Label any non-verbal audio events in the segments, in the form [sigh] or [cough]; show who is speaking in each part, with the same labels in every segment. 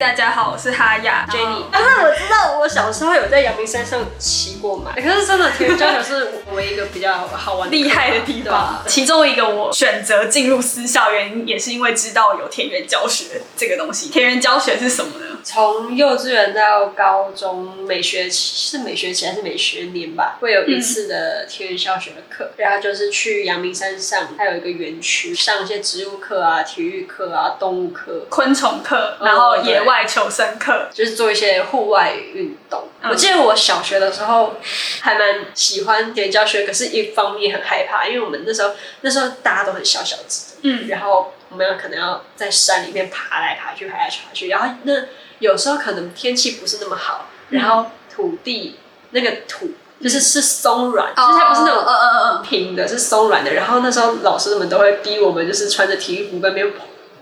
Speaker 1: 大家好，我是哈雅 Jenny。
Speaker 2: 但是啊我知道我小时候有在阳明山上骑过马，可是真的田径是唯一一个比较好玩、
Speaker 1: 厉害的地方，
Speaker 2: 对
Speaker 1: 其中一个我选择进入私校原因，也是因为知道有田园教学这个东西。田园教学是什么呢？
Speaker 2: 从幼稚园到高中，每学期是每学期还是每学年吧，会有一次的田园教学的课，然后就是去阳明山上，它有一个园区，上一些植物课啊、体育课啊、动物课，
Speaker 1: 昆虫课，
Speaker 2: 哦
Speaker 1: 然后野外求生课。
Speaker 2: 就是做一些户外运动。
Speaker 1: 嗯
Speaker 2: 我记得我小学的时候还蛮喜欢田教学，可是一方面很害怕，因为我们那时候那时候大家都很小小只的，
Speaker 1: 嗯
Speaker 2: 然后我们要可能要在山里面爬来爬去，爬来爬去，然后那有时候可能天气不是那么好，
Speaker 1: 嗯
Speaker 2: 然后土地那个土就是是松软，
Speaker 1: 就
Speaker 2: 就是它不是那种
Speaker 1: 嗯嗯嗯
Speaker 2: 平的，是松软的。然后那时候老师们都会逼我们，就是穿着体育服在那边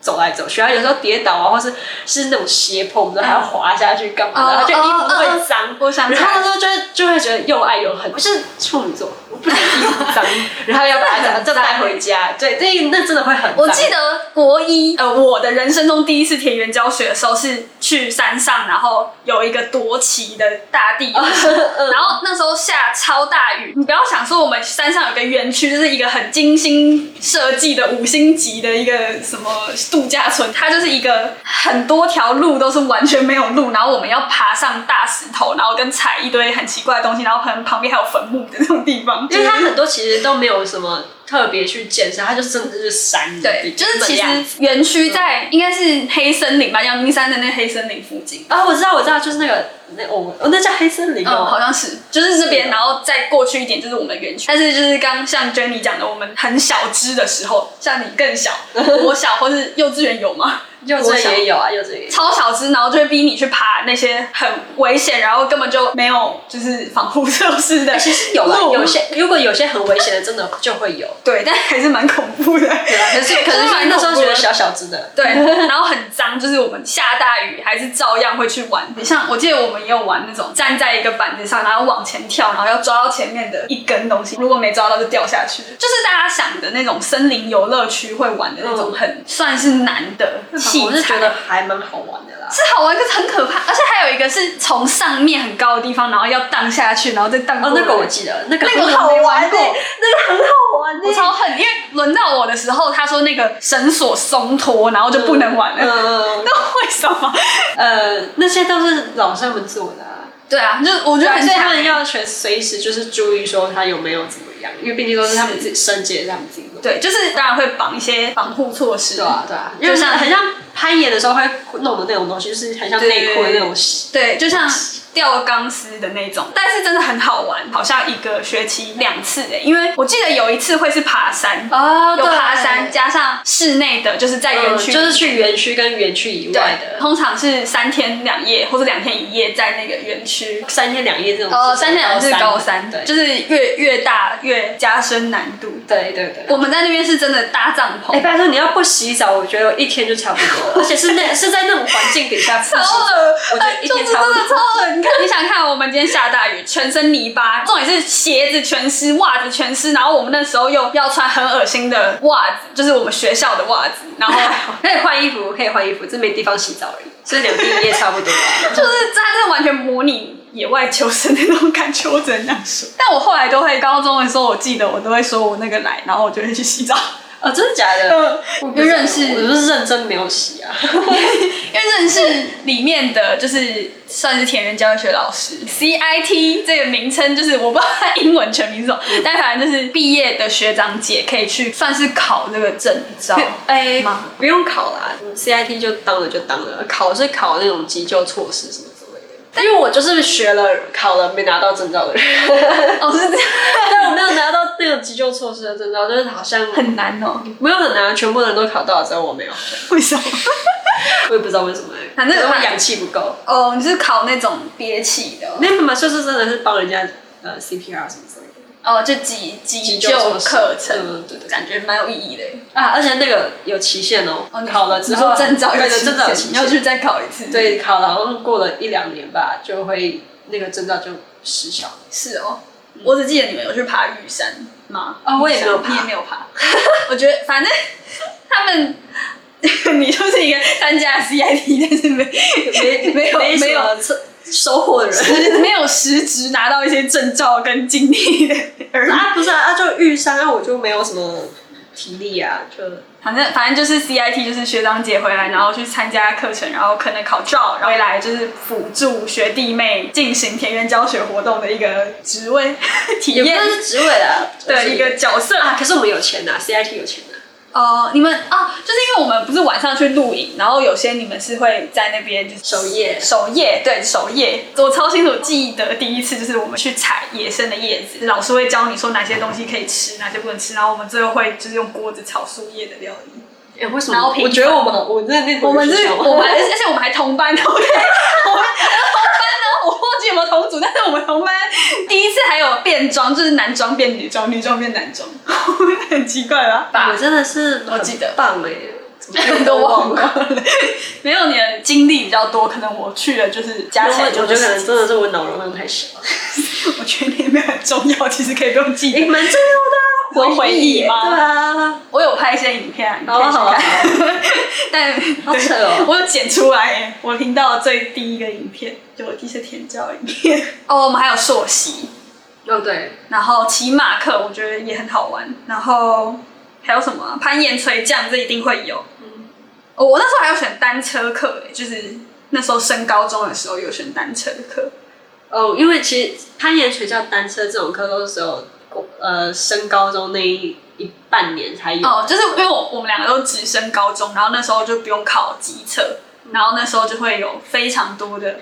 Speaker 2: 走来走去，然后有时候跌倒啊，或是是那种斜坡，我们都还要滑下去干嘛的，然后就衣
Speaker 1: 哦
Speaker 2: 服都
Speaker 1: 哦哦
Speaker 2: 会脏。
Speaker 1: 我想起
Speaker 2: 然
Speaker 1: 来
Speaker 2: 后那时候就会就会觉得又爱又恨，我是处女座，我不能衣服脏，然后要把它再带回家。对，这那真的会很脏。
Speaker 3: 我记得国一，
Speaker 1: 呃，我的人生中第一次田园教学的时候是去山上，然后有一个夺旗的大
Speaker 3: [laughs]
Speaker 1: 地
Speaker 3: 嗯
Speaker 1: 游戏，然后那时候下超大雨。你不要想说我们山上有个园区，就是一个很精心设计的五星级的一个什么度假村，它就是一个很多条路都是完全没有路，然后我们要爬上大石头，然后跟踩一堆很奇怪的东西，然后可能旁边还有坟墓的那种地方。
Speaker 2: 因为它很多其实都没有什么特别去建设，它就真的就是山的
Speaker 1: 对
Speaker 2: 地，
Speaker 1: 就是其
Speaker 2: 这
Speaker 1: 实
Speaker 2: 样
Speaker 1: 园区在应该是黑森林吧，阳明山的那黑森林附近。
Speaker 2: 啊，我知道，我知道，就是那个那哦，哦那叫黑森林
Speaker 1: 嗯，
Speaker 2: 哦
Speaker 1: 好，像是，就是这边，然后再过去一点就是我们的
Speaker 2: 嗯
Speaker 1: 园区。但是就是刚像 Jenny 讲的，我们很小只的时候，像你更
Speaker 2: [laughs]
Speaker 1: 小，我小或是幼稚园有吗？
Speaker 2: 幼稚园也有啊，幼稚园也有
Speaker 1: 超小只，然后就会逼你去爬那些很危险，然后根本就没有就是防护措施的。
Speaker 2: 其实有啊，
Speaker 1: 路
Speaker 2: 有些如果有些很危险的，真的就会有。
Speaker 1: 对，但还是蛮恐怖的。
Speaker 2: 对啊，可 [laughs] 是
Speaker 1: [laughs]
Speaker 2: 可
Speaker 1: 真的
Speaker 2: 能是
Speaker 1: 蛮
Speaker 2: 那时候
Speaker 1: 恐怖
Speaker 2: 觉得
Speaker 1: 的
Speaker 2: 小小只的，
Speaker 1: 对，然后很脏，就是我们下大雨还是照样会去玩。你像我记得我们也有玩那种站在一个板子上，然后往前跳，然后要抓到前面的一根东西，如果没抓到就掉下去。就是大家想的那种森林游乐区会玩的那种
Speaker 2: 嗯
Speaker 1: 很、算是难的器
Speaker 2: 我是觉
Speaker 1: 材。
Speaker 2: 得还蛮好玩的啦。
Speaker 1: 是好玩，可是很可怕，而且还有一个是从上面很高的地方，然后要荡下去，然后再荡过
Speaker 2: 哦，
Speaker 1: 来。
Speaker 2: 那个我记得，那个
Speaker 1: 那个
Speaker 2: 我
Speaker 1: 好
Speaker 2: 没
Speaker 1: 玩
Speaker 2: 过
Speaker 1: 欸
Speaker 2: 那个很好玩
Speaker 1: 我
Speaker 2: 欸
Speaker 1: 超恨，因为轮到我的时候，他说那个绳索松脱，然后就不能玩了。
Speaker 2: 嗯
Speaker 1: 那 [laughs] 为什么？
Speaker 2: 呃，那些都是老师们做的啊，
Speaker 1: 对啊，就是我觉
Speaker 2: 对
Speaker 1: 得
Speaker 2: 啊，
Speaker 1: 很
Speaker 2: 所以他
Speaker 1: 惨
Speaker 2: 们要全随时就是注意说他有没有怎么样，因为毕竟都是他们自己升级的，他们自己弄。
Speaker 1: 对，就是当然会绑一些防护措施。
Speaker 2: 对啊，对啊，
Speaker 1: 就
Speaker 2: 就像
Speaker 1: 像
Speaker 2: 很像攀岩的时候会弄的那种东西，就是很像内裤的那种细。
Speaker 1: 对，就像吊钢丝的那种，但是真的很好玩，好像一个学期两次诶、因为我记得有一次会是爬山，
Speaker 2: 哦
Speaker 1: 有爬山加上室内的，就是在园区、
Speaker 2: 呃嗯就是。去园区跟园区以外
Speaker 1: 对，
Speaker 2: 的
Speaker 1: 通常是三天两夜或者两天一夜在那个园区。
Speaker 2: 三哦天两夜这种。
Speaker 1: 呃，三天两夜是高山，
Speaker 2: 对，
Speaker 1: 就是越越大越加深难度。
Speaker 2: 对对对。
Speaker 1: 我们在那边是真的搭帐篷
Speaker 2: 哎，，拜托你要不洗澡，我觉得我一天就差不
Speaker 1: [laughs]
Speaker 2: 多了，而且是那是在那种环境底下不洗
Speaker 1: 超
Speaker 2: 澡，
Speaker 1: 恶，
Speaker 2: 我觉得一天
Speaker 1: 就是
Speaker 2: 差不
Speaker 1: 真的超
Speaker 2: 多。
Speaker 1: 恶。你看，哦你想看我们今天下大雨，全身泥巴，重点是鞋子全湿，袜子全湿，然后我们那时候又要穿很恶心的袜子，就是我们学校的袜子，然 [laughs] 后
Speaker 2: [laughs] 可
Speaker 1: 哎
Speaker 2: 以换衣服，可以换衣服，这没地方洗澡而已，所以两天一夜差不多了。
Speaker 1: [laughs] 就是它真的完全模拟。野外求生的那种感觉，我只能这样说。但我后来都会，高中的时候，我记得我都会说我那个来，然后我就会去洗 [laughs] 澡。
Speaker 2: 哦，真的假的？
Speaker 1: 嗯，因为认识
Speaker 2: 我就是认真没有
Speaker 1: [laughs]
Speaker 2: 洗啊。
Speaker 1: 因为认识里面的就是算是田园教学老师，CIT 这个名称就是我不知道它英文全名是什么，但反正就是毕业的学长姐可以去算是考这个证照。
Speaker 2: 哎、
Speaker 1: 吗
Speaker 2: 不用考啦，CIT 嗯就当了就当了，考是考那种急救措施什么之类的。因为我就是学了考了没拿到证照的人，
Speaker 1: [laughs] 哦，是这样，
Speaker 2: 但我没有拿到那种急救措施的证照，就是好像
Speaker 1: [laughs] 很难哦，
Speaker 2: 没有很难，全部人都考到了，只有我没有，
Speaker 1: 为什么？
Speaker 2: 我也不知道为什么、欸，
Speaker 1: 反正
Speaker 2: 可能我氧气不够。
Speaker 1: 哦，你是考那种憋气的
Speaker 2: 没有嘛，就是真的是帮人家呃 CPR 什么之类的
Speaker 1: 哦，就急急救
Speaker 2: 措施
Speaker 1: 课程，
Speaker 2: 嗯，对对对
Speaker 1: 感觉蛮有意义的。
Speaker 2: 啊，而且那个有期限哦，
Speaker 1: 哦，你
Speaker 2: 考了之
Speaker 1: 你说
Speaker 2: 后
Speaker 1: 证照
Speaker 2: 对
Speaker 1: 有
Speaker 2: 对
Speaker 1: 期
Speaker 2: 证照有
Speaker 1: 限
Speaker 2: 期
Speaker 1: 你要
Speaker 2: 限
Speaker 1: 去再考一次。，
Speaker 2: 对，考了好像过了一两年吧，就会那个证照就失效。
Speaker 1: 是哦，我只记得你们有去爬玉山吗？
Speaker 2: 哦我也没有
Speaker 1: [laughs] 玉山 [laughs]
Speaker 2: 爬
Speaker 1: 你也没有爬。我觉得反正他们 [laughs] 你就是一个参加 CIT，但是没
Speaker 2: 没
Speaker 1: 没有
Speaker 2: 没
Speaker 1: 没有
Speaker 2: 什么收获的人。
Speaker 1: [laughs] 没有实质拿到一些证照跟经历的而已。
Speaker 2: 啊，不是啊，啊就遇上啊，我就没有什么体力啊，就
Speaker 1: 反正反正就是 CIT，就是学长姐回来，然后去参加课程，然后可能考照，然后回来就是辅助学弟妹进行田园教学活动的一个职位 [laughs] 体
Speaker 2: 也
Speaker 1: 验
Speaker 2: 不是职位 [laughs] 啦，
Speaker 1: 的一个角色。
Speaker 2: 啊。可是我们有钱呐，CIT 有钱呐。啊
Speaker 1: 哦、你们啊，就是因为我们不是晚上去露营，然后有些你们是会在那边就是
Speaker 2: 守夜
Speaker 1: 守夜，对，守夜。我超清楚记得第一次就是我们去采野生的叶子，老师会教你说哪些东西可以吃，哪些不能吃，然后我们最后会就是用锅子炒树叶的料理。
Speaker 2: 哎，为什
Speaker 1: 然后
Speaker 2: 么？
Speaker 1: 平
Speaker 2: 我觉得我们我在那
Speaker 1: 我们
Speaker 2: 是
Speaker 1: 是，我们
Speaker 2: [laughs]
Speaker 1: 还，而且我们还同班，OK，我们我们同班呢， [laughs] 我忘记有没有同组，但是我们同班第一次还有变装，就是男装变女装，女装变男装， [laughs] 很奇怪吧？
Speaker 2: 我真的是
Speaker 1: 我记得
Speaker 2: 很棒哎， [laughs] 怎
Speaker 1: [laughs]
Speaker 2: 么
Speaker 1: 都忘光了，没有你的经历比较多，可能我去了就是加
Speaker 2: [laughs] 而
Speaker 1: 起
Speaker 2: 且
Speaker 1: 来
Speaker 2: 我觉
Speaker 1: 就
Speaker 2: 得
Speaker 1: 是
Speaker 2: 可能真的是我脑容量太小，
Speaker 1: [laughs] 我觉得也没有很重要，其实可以不用记
Speaker 2: 哎，
Speaker 1: 得。
Speaker 2: 蛮重要 [laughs] 的啊
Speaker 1: 有回忆
Speaker 2: 耶
Speaker 1: 吗
Speaker 2: 对啊，
Speaker 1: [laughs] 我有拍一些影片啊，你可
Speaker 2: 好
Speaker 1: 以
Speaker 2: 啊
Speaker 1: 去
Speaker 2: 好啊，
Speaker 1: 看，
Speaker 2: 好啊
Speaker 1: [laughs] 但
Speaker 2: 好扯哦
Speaker 1: 对我有剪出来耶，我频道最第一个影片就我第一次填教影片。哦，我们还有朔溪，
Speaker 2: 哦对，
Speaker 1: 然后骑马课我觉得也很好玩，然后还有什么、啊、攀岩、垂降，这一定会有。
Speaker 2: 嗯
Speaker 1: 哦，我那时候还有选单车课、欸，就是那时候升高中的时候有选单车课。
Speaker 2: 哦，因为其实攀岩、垂教、单车这种课都是只有国呃升高中那一一半年才有。
Speaker 1: 哦，就是因为我我们两个都直升高中，然后那时候就不用考机测，
Speaker 2: 嗯
Speaker 1: 然后那时候就会有非常多的，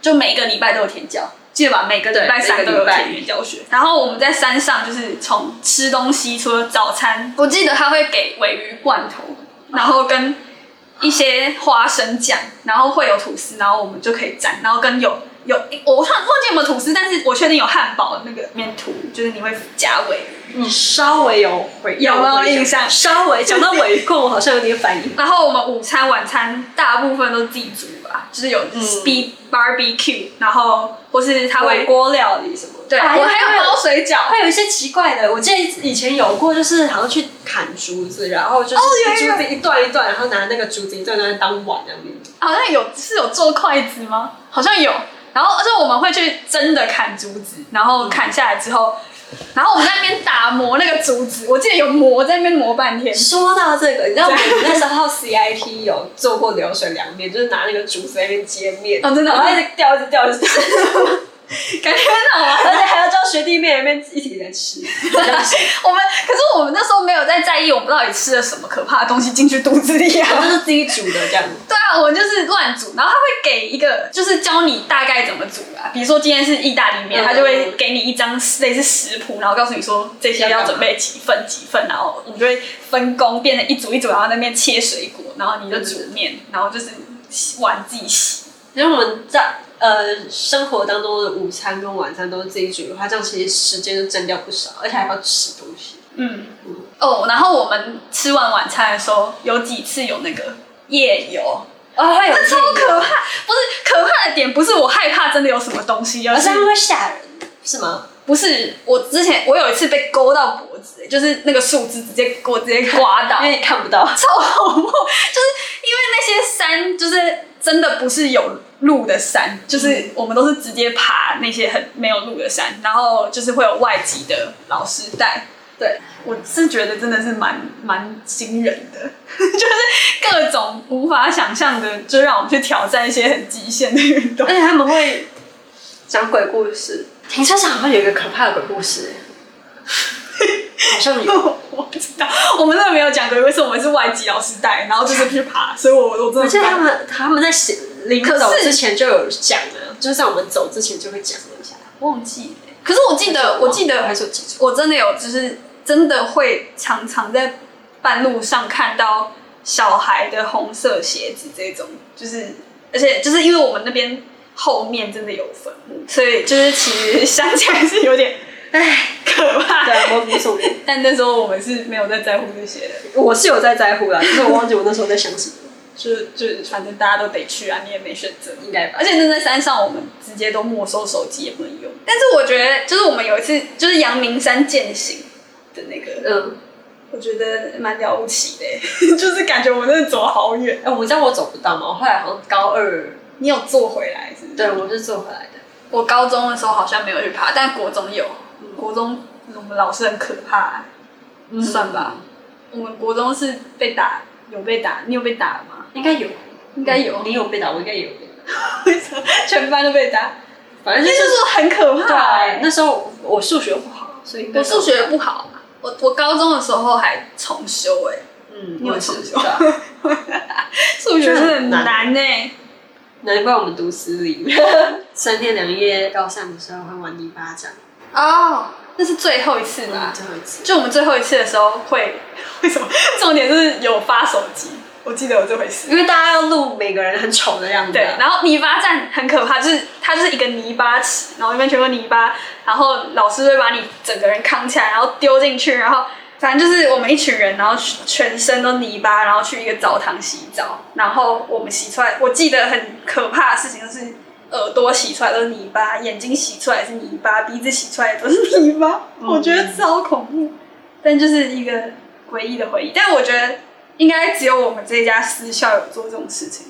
Speaker 1: 就每一个礼拜都有填教。记得吧，每个礼
Speaker 2: 对
Speaker 1: 拜三
Speaker 2: 每
Speaker 1: 都
Speaker 2: 个
Speaker 1: 有
Speaker 2: 礼拜
Speaker 1: 田园教学。然后我们在山上就是从吃东西，除了早餐，我记得他会给尾鱼罐头，然后跟一些花生酱，然后会有吐司，然后我们就可以蘸，然后跟有有我忘忘记有没有吐司，但是我确定有汉堡那个面图，就是你会加尾鱼。
Speaker 2: 你稍微嗯有回
Speaker 1: 有没有印象
Speaker 2: 稍微讲到尾控，我好像有点反应。
Speaker 1: 然后我们午餐、晚餐大部分都自己煮吧，就是有 B barbecue，然后或是他会
Speaker 2: 锅料理什么？
Speaker 1: 对，
Speaker 2: 啊
Speaker 1: 我还有包
Speaker 2: 包。
Speaker 1: 水饺。
Speaker 2: 还有一些奇怪的，我记得以前有过，就是好像去砍竹子，然后就是
Speaker 1: 有有
Speaker 2: 竹子一段一段，然后拿那个竹子一段一段当碗这样子。
Speaker 1: 好像有是有做筷子吗？好像有。然后就我们会去真的砍竹子，然后砍下来之后，然后我们在那边打磨那个竹子，我记得有磨在那边磨半天。
Speaker 2: 说到这个，你知道我们那时 [laughs] 候 CIT 有做过流水凉面，就是拿那个竹子在那边接面，
Speaker 1: 哦真的哦
Speaker 2: 然后一直掉，一直掉，一直 [laughs] 掉，
Speaker 1: 感觉很
Speaker 2: [laughs]
Speaker 1: 好玩。
Speaker 2: 而且还要叫学弟妹妹一起来 [laughs] 吃，
Speaker 1: 我们可是我们那时候没有在在意我们到底吃了什么可怕的东西进去肚子里啊。
Speaker 2: 然后是自己煮的这样子。
Speaker 1: 对啊，我就是乱煮，然后他会给一个，就是教你大概怎么煮啊。比如说今天是意大利面，
Speaker 2: 嗯
Speaker 1: 他就会给你一张类似食谱，然后告诉你说这些要准备几份几份，然后我们就会分工变成一组一组，然后在那边切水果，然后你就煮面，然后就是洗碗自己洗。
Speaker 2: 因为我们在呃生活当中的午餐跟晚餐都是自己煮的话，这样其实时间就占掉不少，而且还要吃东西。
Speaker 1: 嗯，哦，然后我们吃完晚餐的时候，有几次有那个夜游。
Speaker 2: 哦，会有
Speaker 1: 那超可怕，不是可怕的点，不是我害怕真的有什么东西，而
Speaker 2: 而
Speaker 1: 是
Speaker 2: 且会吓人，是吗？
Speaker 1: 不是，我之前我有一次被勾到脖子、就是那个树枝直接给我直接刮到，
Speaker 2: 因为你看不到。
Speaker 1: 超恐怖。就是因为那些山，就是真的不是有路的山，就是我们都是直接爬那些很没有路的山，然后就是会有外籍的老师带。
Speaker 2: 对，
Speaker 1: 我是觉得真的是蛮蛮惊人的， [laughs] 就是各种无法想象的，就让我们去挑战一些很极限的运动
Speaker 2: 而。且他们会讲鬼故事。停车场好像有一个可怕的鬼故事，好像有。
Speaker 1: 我不知道，我们那个没有讲鬼故事，我们是外籍老师带，然后就是去爬，所以我我真
Speaker 2: 而
Speaker 1: 的
Speaker 2: 且
Speaker 1: 不
Speaker 2: 他
Speaker 1: 敢。
Speaker 2: 们他们在写临
Speaker 1: 可是
Speaker 2: 走之前就有讲了，就是在我们走之前就会讲了一下。
Speaker 1: 忘记了。可是我记得，我记得
Speaker 2: 还是有记住。
Speaker 1: 我真的有，就是真的会常常在半路上看到小孩的红色鞋子这种，就是而且就是因为我们那边后面真的有坟墓，所以就是其实想起来是有点
Speaker 2: 唉，
Speaker 1: 可怕。
Speaker 2: 对啊，我无所谓。
Speaker 1: 但那时候我们是没有在在乎这些的，
Speaker 2: 我是有在在乎啦，可是我忘记我那时候在想什么，
Speaker 1: 就是就是反正大家都得去啊，你也没选择。
Speaker 2: 应该吧。
Speaker 1: 而且那在山上，我们直接都没收手机，也不能用。但是我觉得，就是我们有一次，就是阳明山践行的那个
Speaker 2: 嗯，
Speaker 1: 我觉得蛮了不起的 [laughs] 欸，就是感觉我真的走好远。
Speaker 2: 哎、我们知道我走不到嘛，我后来好像高二，
Speaker 1: 你有坐回来是不是？
Speaker 2: 对我是坐回来的。
Speaker 1: 我高中的时候好像没有去爬，但国中有。国中我们老师很可怕、
Speaker 2: 嗯
Speaker 1: 算吧。我们国中是被打，有被打，你有被打吗？
Speaker 2: 应该有，
Speaker 1: 应该有，
Speaker 2: 你有被打，我应该也有被打，
Speaker 1: 为什么 [laughs] 全班都被打？
Speaker 2: 反正
Speaker 1: 那
Speaker 2: 就是
Speaker 1: 就是很可
Speaker 2: 对
Speaker 1: 怕、
Speaker 2: 啊，
Speaker 1: 欸。
Speaker 2: 那时候我数学不好，所以应该
Speaker 1: 我数学不好啊，我我高中的时候还重修哎、
Speaker 2: 嗯，
Speaker 1: 你有
Speaker 2: 我也是
Speaker 1: 重修
Speaker 2: 对啊 [laughs]
Speaker 1: 数学真的很难欸呢、
Speaker 2: 难怪我们读私立， [laughs] 三天两夜高三的时候会玩泥巴掌，
Speaker 1: 哦，那是最后一次吧？
Speaker 2: 最后一次。
Speaker 1: 就我们最后一次的时候会， [laughs] 为什么？重点就是有发手机，我记得有这回事。
Speaker 2: 因为大家要录每个人很丑的样子
Speaker 1: 对
Speaker 2: 啊，，
Speaker 1: 然后泥巴站很可怕，就是它就是一个泥巴池，然后里面全部泥巴，然后老师会把你整个人扛起来，然后丢进去，然后反正就是我们一群人，然后全身都泥巴，然后去一个澡堂洗澡，然后我们洗出来，我记得很可怕的事情就是耳朵洗出来都是泥巴，眼睛洗出来也是泥巴，鼻子洗出来也都是泥巴，
Speaker 2: 嗯
Speaker 1: 我觉得超恐怖，但就是一个诡异的回忆，但我觉得应该只有我们这一家私校有做这种事情。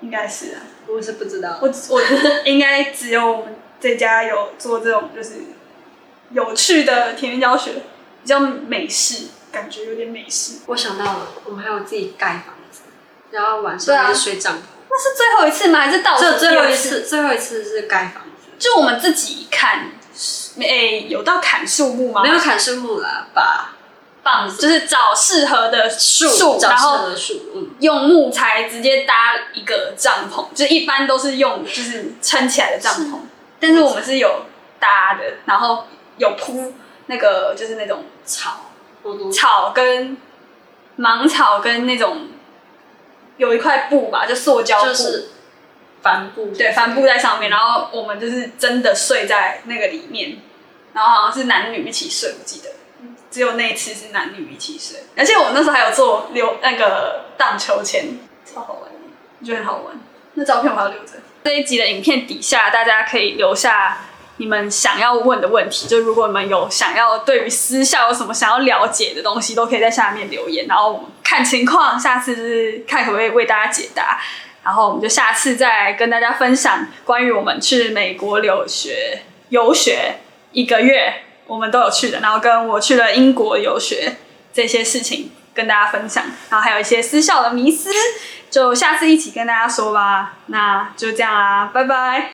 Speaker 1: 应该是啊，
Speaker 2: 我是不知道。
Speaker 1: 我
Speaker 2: [laughs]
Speaker 1: 我应该只有我们这家有做这种就是有趣的田园教学，比较美式，感觉有点美式。
Speaker 2: 我想到了，我们还有自己盖房子，然后晚
Speaker 1: 对啊
Speaker 2: 上就是睡帐篷。
Speaker 1: 那是最后一次吗？还是倒数
Speaker 2: 这最后
Speaker 1: 第
Speaker 2: 一
Speaker 1: 二？
Speaker 2: 次，最后一次是盖房子，
Speaker 1: 就我们自己砍，诶、有到砍树木吗？
Speaker 2: 没有砍树木啦，把
Speaker 1: 棒子，就是找适合的树，
Speaker 2: 找
Speaker 1: 然
Speaker 2: 适
Speaker 1: 后
Speaker 2: 合的树，嗯，
Speaker 1: 用木材直接搭一个帐篷，就一般都是用就是撑起来的帐篷，但是我们是有搭的，然后有铺那个就是那种
Speaker 2: 草，我都
Speaker 1: 草跟芒草跟那种有一块布吧，就塑胶布，
Speaker 2: 就是帆布，
Speaker 1: 对，帆布在上面，然后我们就是真的睡在那个里面，然后好像是男女一起睡，我记得。只有那一次是男女一起睡，而且我那时候还有做溜那个荡秋千，超好玩的，我觉得很好玩。那照片我还要留着。这一集的影片底下，大家可以留下你们想要问的问题，就如果你们有想要对于私校有什么想要了解的东西，都可以在下面留言，然后我们看情况，下次就是看可不可以为大家解答。然后我们就下次再跟大家分享关于我们去美国留学游学一个月，我们都有去的，然后跟我去了英国游学这些事情跟大家分享，然后还有一些私校的迷思，就下次一起跟大家说吧。那就这样啦，拜拜。